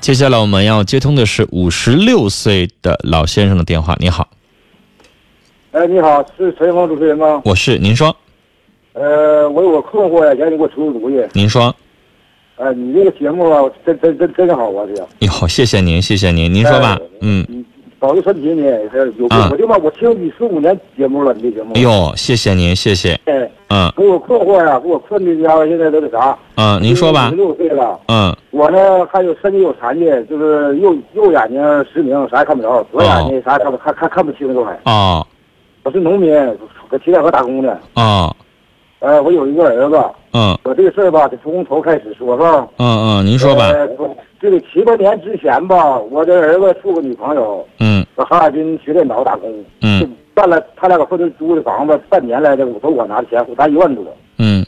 接下来我们要接通的是五十六岁的老先生的电话。你好，哎，你好，是陈峰主持人吗？我是您说，呃，我有个困惑呀，想你给我出出主意。您说，哎，你这个节目啊，真真真真好啊，这样哟，谢谢您，谢谢您，您说吧哎，嗯，保佑身体呢。还有有啊我就嘛，我听你四五年节目了，你这节目。哎，呦，谢谢您，谢谢，哎，嗯给我困惑呀，给我困的家伙现在都那啥。嗯，您说吧五十，六岁了，嗯，我呢还有身体有残疾，就是右右眼睛失明，啥也看不着；左眼睛啥也看不看看看不清都还。哦我是农民，搁七台河打工的。哦，呃，我有一个儿子，嗯我这个事儿吧，得从头开始说吧。嗯嗯，您说吧，呃不这个七八年之前吧，我这儿子处个女朋友，嗯搁哈尔滨学电脑打工，嗯就办了他俩搁惠州租的房子，半年来的，我说我拿的钱，我拿一万多，嗯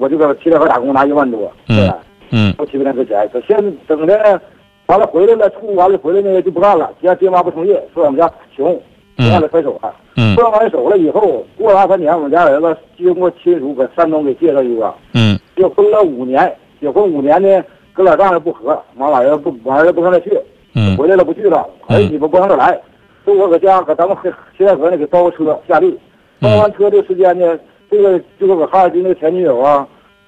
我就搁七里河打工拿一万多，嗯对吧，嗯我七八年之前，可现整的，完了回来了，处完了回来那个就不干了，爹爹妈不同意，说我们家穷，嗯让他分手了。嗯分完手了以后，过了二三年，我们家儿子经过亲属搁山东给介绍一个，嗯结婚了五年，结婚五年呢，跟老丈人不和，完玩意儿不玩意儿不上那去，嗯回来了不去了，儿媳妇不让他来，说我搁家搁咱们黑西戴河那给包车下地，包完车这时间呢，这个这个搁哈尔滨那个前女友啊，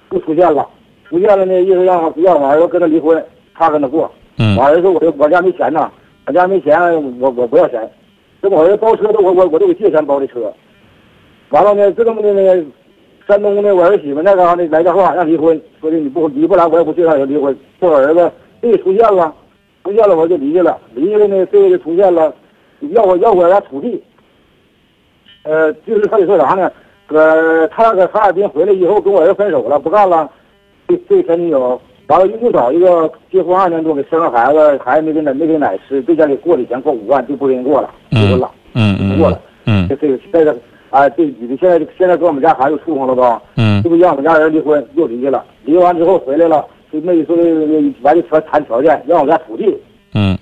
就出现了，出现了呢，意思让让我儿子跟他离婚，他跟他过，我嗯儿子说我这我家没钱呐，我家没钱，我我不要钱，这我儿子包车都我我我都给借钱包的车，完了呢，这这么的呢，山东的我儿媳妇那嘎达来电话让离婚，说的你不离不来我也不介绍人离婚，这我儿子这出现了，出现了我就离去了，离去了呢这个就出现了，要我要我家土地，呃，就是他得说啥呢？搁他搁哈尔滨回来以后跟我儿子分手了，不干了，这这前女友，完了又又找一个结婚二年多给生个孩子，孩子没给奶没给奶吃，对家里过的钱过五万就不给人过了，离婚了，嗯不过了嗯，嗯这这个现在啊，这女的现在现在跟我们家孩子又处上了吧？嗯这不让我们家人离婚，又离去了。离完之后回来了，就那说的完就谈谈条件，让我家土地，嗯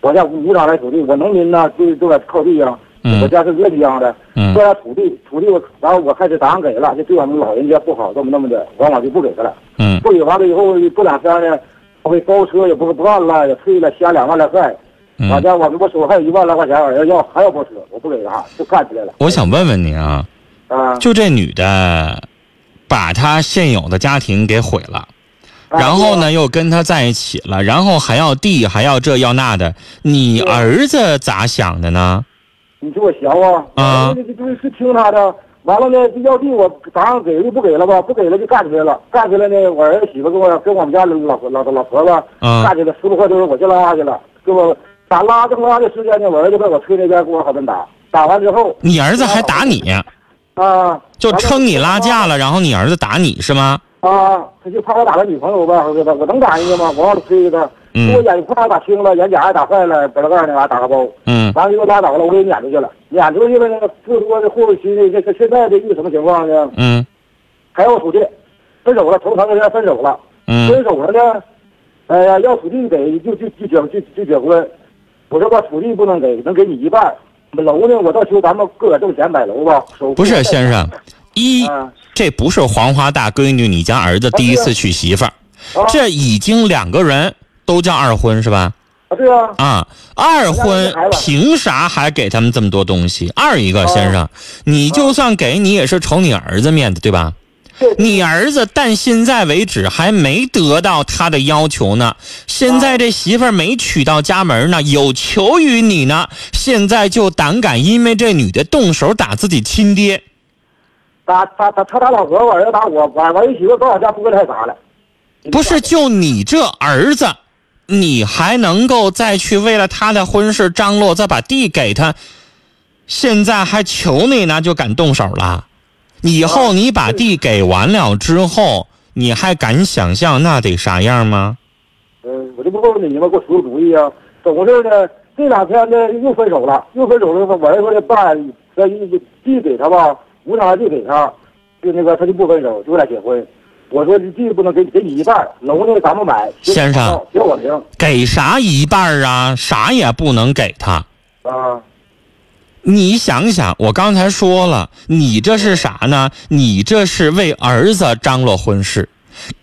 我家无偿来土地，我农民呐，就就在靠地上，嗯我家是热地上的，嗯说要土地，土地我然后我开始答应给了，就对我们老人家不好，这么那么的，完我就不给他了。嗯不给完了以后，不两天呢，我给包车也不不干了，也退了，下两万来块。我嗯，家我我手还有一万来块钱，我要要还要包车，我不给他，就干起来了。我想问问您啊，啊，就这女的，把她现有的家庭给毁了。哎然后呢，又跟他在一起了，然后还要地，还要这要那的，你对儿子咋想的呢？你听我学啊，啊就是就是听他的。完了呢，要地我答应给就不给了吧，不给了就干起来了。干起来呢，我儿子媳妇跟我跟我们家老老老婆子啊干起来，十多块都是我去拉去了，给我打拉正拉的时间呢，我儿子把我推那边给我好顿打，打完之后你儿子还打你，啊，就称你拉架了，然后你儿子打你是吗？啊，他就怕我打他女朋友吧，我说我能打人家吗？我往里推他，嗯给我眼眶打青了，眼角还打坏了，脖子盖儿那玩意儿打个包。嗯完了又拉倒了，我给撵出去了。撵出去了呢，最多的后期呢，这这现在这一个什么情况呢？嗯还要土地，分手了，头长时间分手了，嗯分手了呢，哎呀，要土地给就就就结就就结婚。我说吧，土地不能给，能给你一半。楼呢，我到时候咱们个个挣钱买楼吧。首付不是先生，一啊这不是黄花大闺女，你家儿子第一次娶媳妇儿，啊这已经两个人都叫二婚是吧？啊，对啊，啊，二婚那你孩子凭啥还给他们这么多东西？二一个先生，你就算给你也是瞅你儿子面子对吧？这你儿子，但现在为止还没得到他的要求呢。现在这媳妇儿没娶到家门呢，有求于你呢。现在就胆敢因为这女的动手打自己亲爹，打打打他打老婆，我儿子打我，完完一媳妇搁我家不跟他啥了。不是就你这儿子，你还能够再去为了他的婚事张罗，再把地给他？现在还求你呢，就敢动手了？以后你把地给完了之后，你还敢想象那得啥样吗？嗯，我就不问你们给我出个主意啊。怎么回事呢？这两天呢又分手了，又分手了。我儿子说的爸，这地给他吧，无偿地给他，就那个他就不分手，就我俩结婚。我说这地不能给给你一半，楼呢咱们买，先生写我名给啥一半儿啊？啥也不能给他。啊。你想想，我刚才说了，你这是啥呢？你这是为儿子张罗婚事。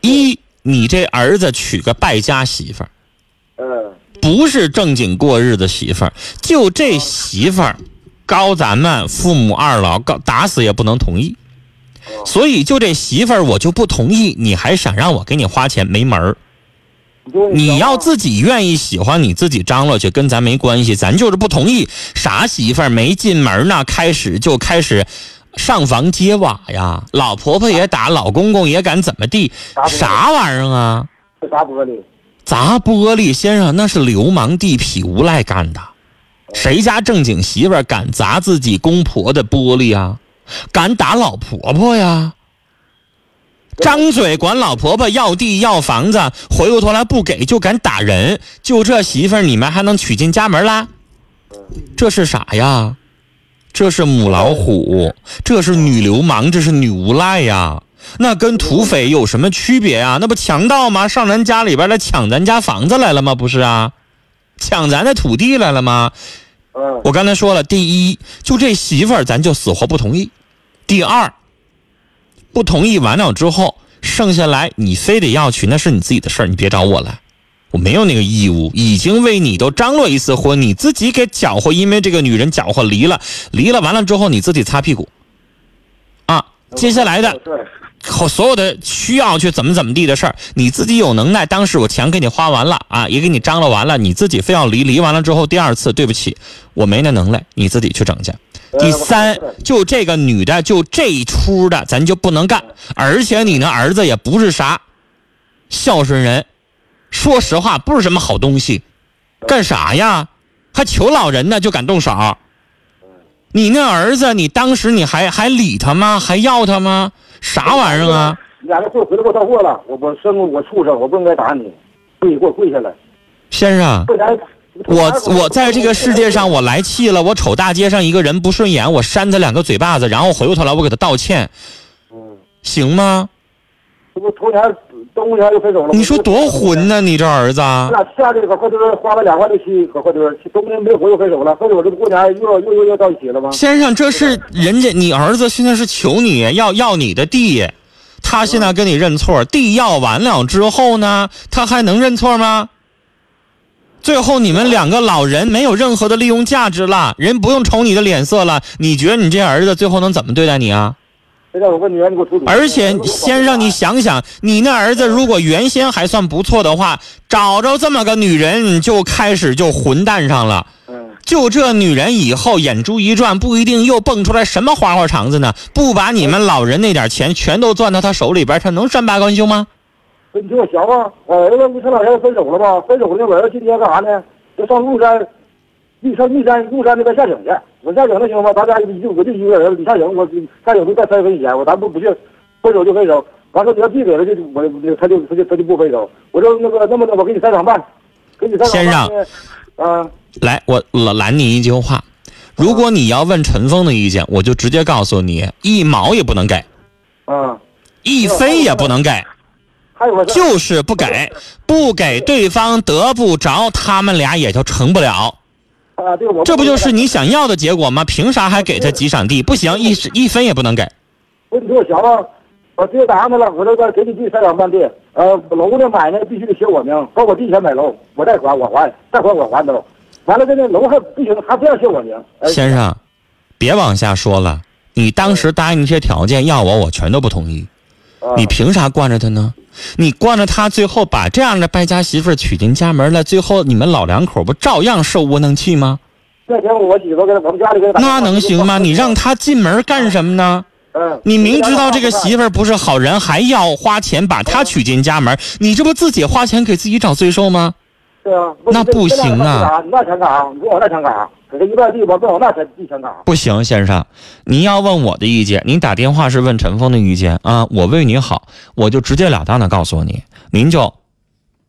一，你这儿子娶个败家媳妇儿，呃，不是正经过日子媳妇儿，就这媳妇儿高咱们父母二老，高打死也不能同意。所以就这媳妇儿，我就不同意，你还想让我给你花钱，没门儿！就你要自己愿意喜欢，你自己张罗去，跟咱没关系。咱就是不同意。啥媳妇儿没进门呢，开始就开始上房揭瓦呀，老婆婆也打，老公公也敢怎么地？啥玩意儿啊？这砸玻璃，砸玻璃，先生，那是流氓地痞无赖干的。谁家正经媳妇儿敢砸自己公婆的玻璃啊？敢打老婆婆呀？张嘴管老婆婆要地要房子，回过头来不给就敢打人，就这媳妇儿，你们还能娶进家门啦？这是啥呀？这是母老虎，这是女流氓，这是女无赖呀！那跟土匪有什么区别啊？那不强盗吗？上咱家里边来抢咱家房子来了吗？不是啊，抢咱的土地来了吗？嗯，我刚才说了，第一，就这媳妇儿，咱就死活不同意；第二，不同意完了之后，剩下来你非得要娶，那是你自己的事儿，你别找我来，我没有那个义务，已经为你都张罗一次婚，你自己给搅和，因为这个女人搅和离了，离了完了之后你自己擦屁股，啊，接下来的对，后所有的需要去怎么怎么地的事儿，你自己有能耐，当时我钱给你花完了啊，也给你张罗完了，你自己非要离，离完了之后第二次，对不起，我没那能耐，你自己去整去。呃第哎三，就这个女的，就这一出的，咱就不能干，而且你那儿子也不是啥孝顺人，说实话不是什么好东西，干啥呀？还求老人呢，就敢动手。你那儿子，你当时你还还理他吗？还要他吗？啥玩意儿啊？？你俩这回回来给我道货了，我我生我畜生，我不应该打你，你给我跪下来，先生，不然我我在这个世界上，我来气了，我瞅大街上一个人不顺眼，我扇他两个嘴巴子，然后回过头来我给他道歉，嗯，行吗？这不头年冬天就分手了，你说多混呢？呢，你这儿子啊。我俩下这个快就是花了两万六七，可快就是冬天没回又分手了，分手这不过年又又又又到一起了吗？先生，这是人家你儿子现在是求你要要你的地，他现在跟你认错，地要完了之后呢，他还能认错吗？最后你们两个老人没有任何的利用价值了，人不用瞅你的脸色了，你觉得你这儿子最后能怎么对待你啊？现在我问你，你给我出主意。而且先生，你想想，你那儿子如果原先还算不错的话，找着这么个女人就开始就混蛋上了。嗯，就这女人以后眼珠一转，不一定又蹦出来什么花花肠子呢？不把你们老人那点钱全都攥到她手里边，她能善罢甘休吗？你听我呃学吧，我儿子不前两天分手了吗？分手了，我儿子今天干啥呢？就上麓山，玉上玉山麓山那边下井去。我下井那行吗？咱家一就我就一个人，你下井我下井都带三分钱，我咱不不去，分手就分手。完了你要地给了就我他就他就他就不分手。我说那个那么的，我给你三场半，给你三场半。先生，啊，来，我拦拦你一句话，如果你要问陈峰的意见，我就直接告诉你，一毛也不能给，啊，一分也不能给，还有个事儿，就是不给，不给对方得不着，他们俩也就成不了。啊，对我这不就是你想要的结果吗？凭啥还给他几场地？不行，一一分也不能给。我你说我学吧，我直接答应他了，我这边给你地三两半地，呃，楼呢买呢必须得写我名，包括地钱买楼，我贷款我还，贷款我还都，完了这那楼还不行，还非要写我名，哎，先生，别往下说了。你当时答应那些条件要我，我全都不同意。啊你凭啥惯着他呢？你惯着他，最后把这样的败家媳妇儿娶进家门来，最后你们老两口不照样受窝囊气吗？那天我媳妇给他我们家里给他打电话那能行吗？你让，他进门干什么呢？嗯，你明知道这个媳妇，妇儿不是好人，还要花钱把她娶进家门，你这不自己花钱给自己找罪受吗？对啊，那不行啊，你那钱干啥？你给我那钱干啥？给他一半地吧，问我那钱地钱干啥？不行，先生，您要问我的意见，您打电话是问陈峰的意见啊，我为您好，我就直截了当的告诉你，您就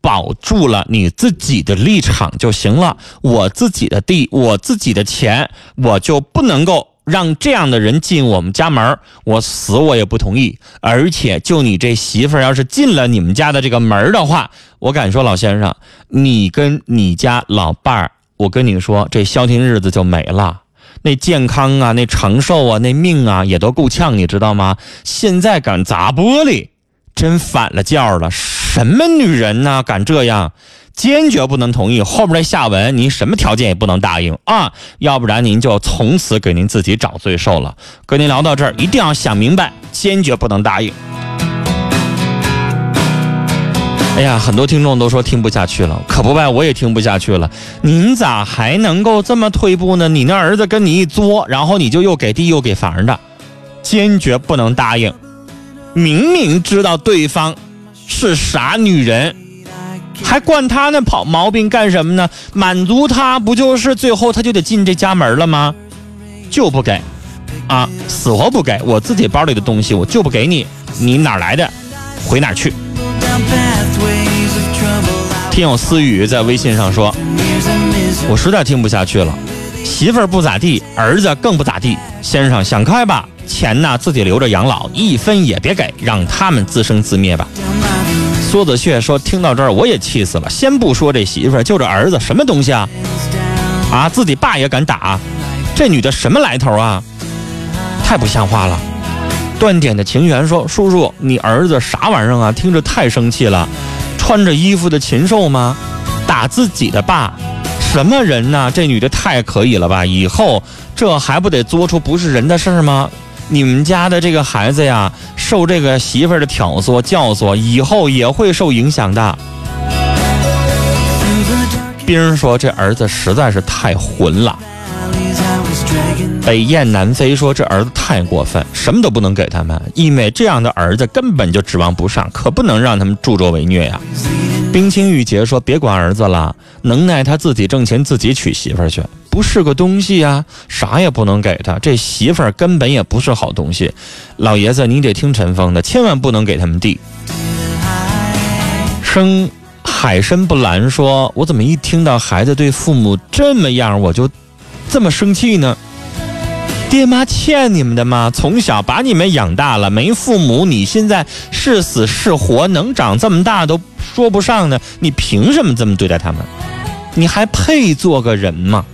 保住了你自己的立场就行了。我自己的地，我自己的钱，我就不能够让这样的人进我们家门儿，我死我也不同意。而且，就你这媳妇儿要是进了你们家的这个门儿的话，我敢说，老先生，你跟你家老伴儿，我跟你说，这消停日子就没了。那健康啊，那长寿啊，那命啊，也都够呛，你知道吗？现在敢砸玻璃，真反了教了，什么女人呐、敢这样？坚决不能同意。后面的下文您什么条件也不能答应啊，要不然您就从此给您自己找罪受了。跟您聊到这儿，一定要想明白，坚决不能答应。哎呀，很多听众都说听不下去了，可不呗，我也听不下去了。您咋还能够这么退步呢？你那儿子跟你一作，然后你就又给地又给房的，坚决不能答应。明明知道对方是啥女人，还惯他那跑毛病干什么呢？满足他不就是最后他就得进这家门了吗？就不给，啊，死活不给！我自己包里的东西我就不给你，你哪儿来的，回哪儿去。听友思雨在微信上说：“我实在听不下去了，媳妇儿不咋地，儿子更不咋地。先生想开吧，钱呐自己留着养老，一分也别给，让他们自生自灭吧。”梭子雀说：“听到这儿我也气死了，先不说这媳妇儿，就这儿子什么东西啊？啊，自己爸也敢打，这女的什么来头啊？太不像话了。”断点的情缘说：“叔叔，你儿子啥玩意儿啊？听着太生气了，穿着衣服的禽兽吗？打自己的爸，什么人呐、这女的太可以了吧？以后这还不得作出不是人的事儿吗？你们家的这个孩子呀，受这个媳妇儿的挑唆教唆，以后也会受影响的。”冰儿说：“这儿子实在是太混了。”北雁南飞说：“这儿子太过分，什么都不能给他们，因为这样的儿子根本就指望不上，可不能让他们助纣为虐呀、冰清玉洁说：“别管儿子了，能耐他自己挣钱，自己娶媳妇儿去，不是个东西呀、啥也不能给他。这媳妇儿根本也不是好东西。老爷子，你得听陈峰的，千万不能给他们地。”生海参不蓝说：“我怎么一听到孩子对父母这么样，我就这么生气呢？”爹妈欠你们的吗？从小把你们养大了，没父母，你现在是死是活，能长这么大都说不上呢，你凭什么这么对待他们？你还配做个人吗？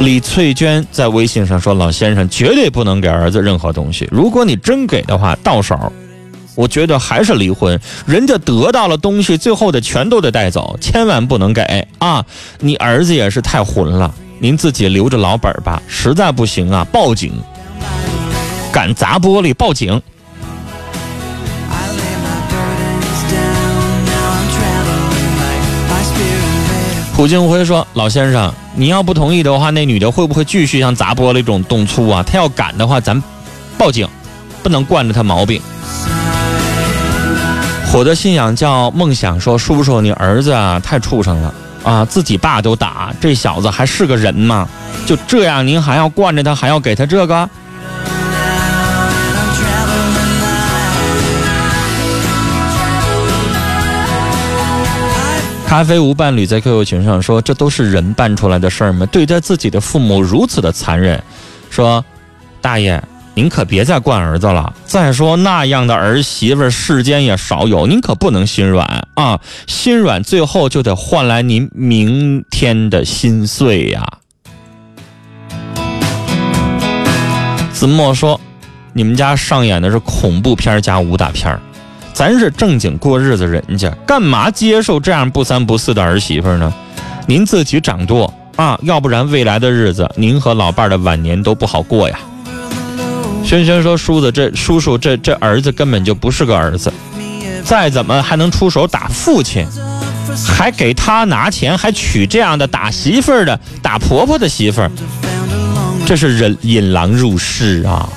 李翠娟在微信上说：“老先生绝对不能给儿子任何东西，如果你真给的话，到手，我觉得还是离婚。人家得到了东西，最后得全都得带走，千万不能给啊！你儿子也是太混了，您自己留着老本儿吧。实在不行啊，报警，敢砸玻璃报警。 I lay my burdens down. Now I'm traveling light. My spirit lives. 胡金辉说：“老先生，你要不同意的话，那女的会不会继续像砸玻璃这种动粗啊？她要敢的话，咱报警，不能惯着她毛病。”我的信仰叫梦想说：“叔叔，你儿子啊太畜生了啊，自己爸都打，这小子还是个人吗？就这样，您还要惯着他，还要给他这个？” I'm traveling light. 咖啡无伴侣在 QQ 群上说：“这都是人办出来的事儿吗？对待自己的父母如此的残忍，说，大爷，您可别再惯儿子了。再说那样的儿媳妇儿世间也少有，您可不能心软啊！心软最后就得换来您明天的心碎呀、子墨说：“你们家上演的是恐怖片儿加武打片儿。”咱是正经过日子人家，干嘛接受这样不三不四的儿媳妇呢？您自己掌舵啊，要不然未来的日子，您和老伴儿的晚年都不好过呀。轩轩说：“叔子，这叔叔这这儿子根本就不是个儿子，再怎么还能出手打父亲，还给他拿钱，还娶这样的打媳妇儿的、打婆婆的媳妇儿，这是人引狼入室啊！”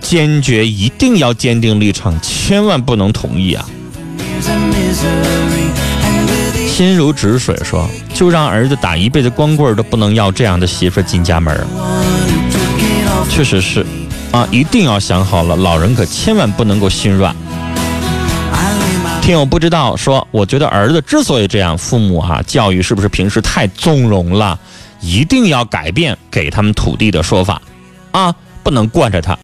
坚决一定要坚定立场，千万不能同意啊！ Years of misery. And with each 心如止水说，就让儿子打一辈子光棍儿都不能要这样的媳妇儿进家门儿， one who took it all 确实是啊，一定要想好了，老人可千万不能够心软。 I lay my 听友不知道说，我觉得儿子之所以这样，父母啊教育是不是平时太纵容了？一定要改变给他们土地的说法，啊，不能惯着他。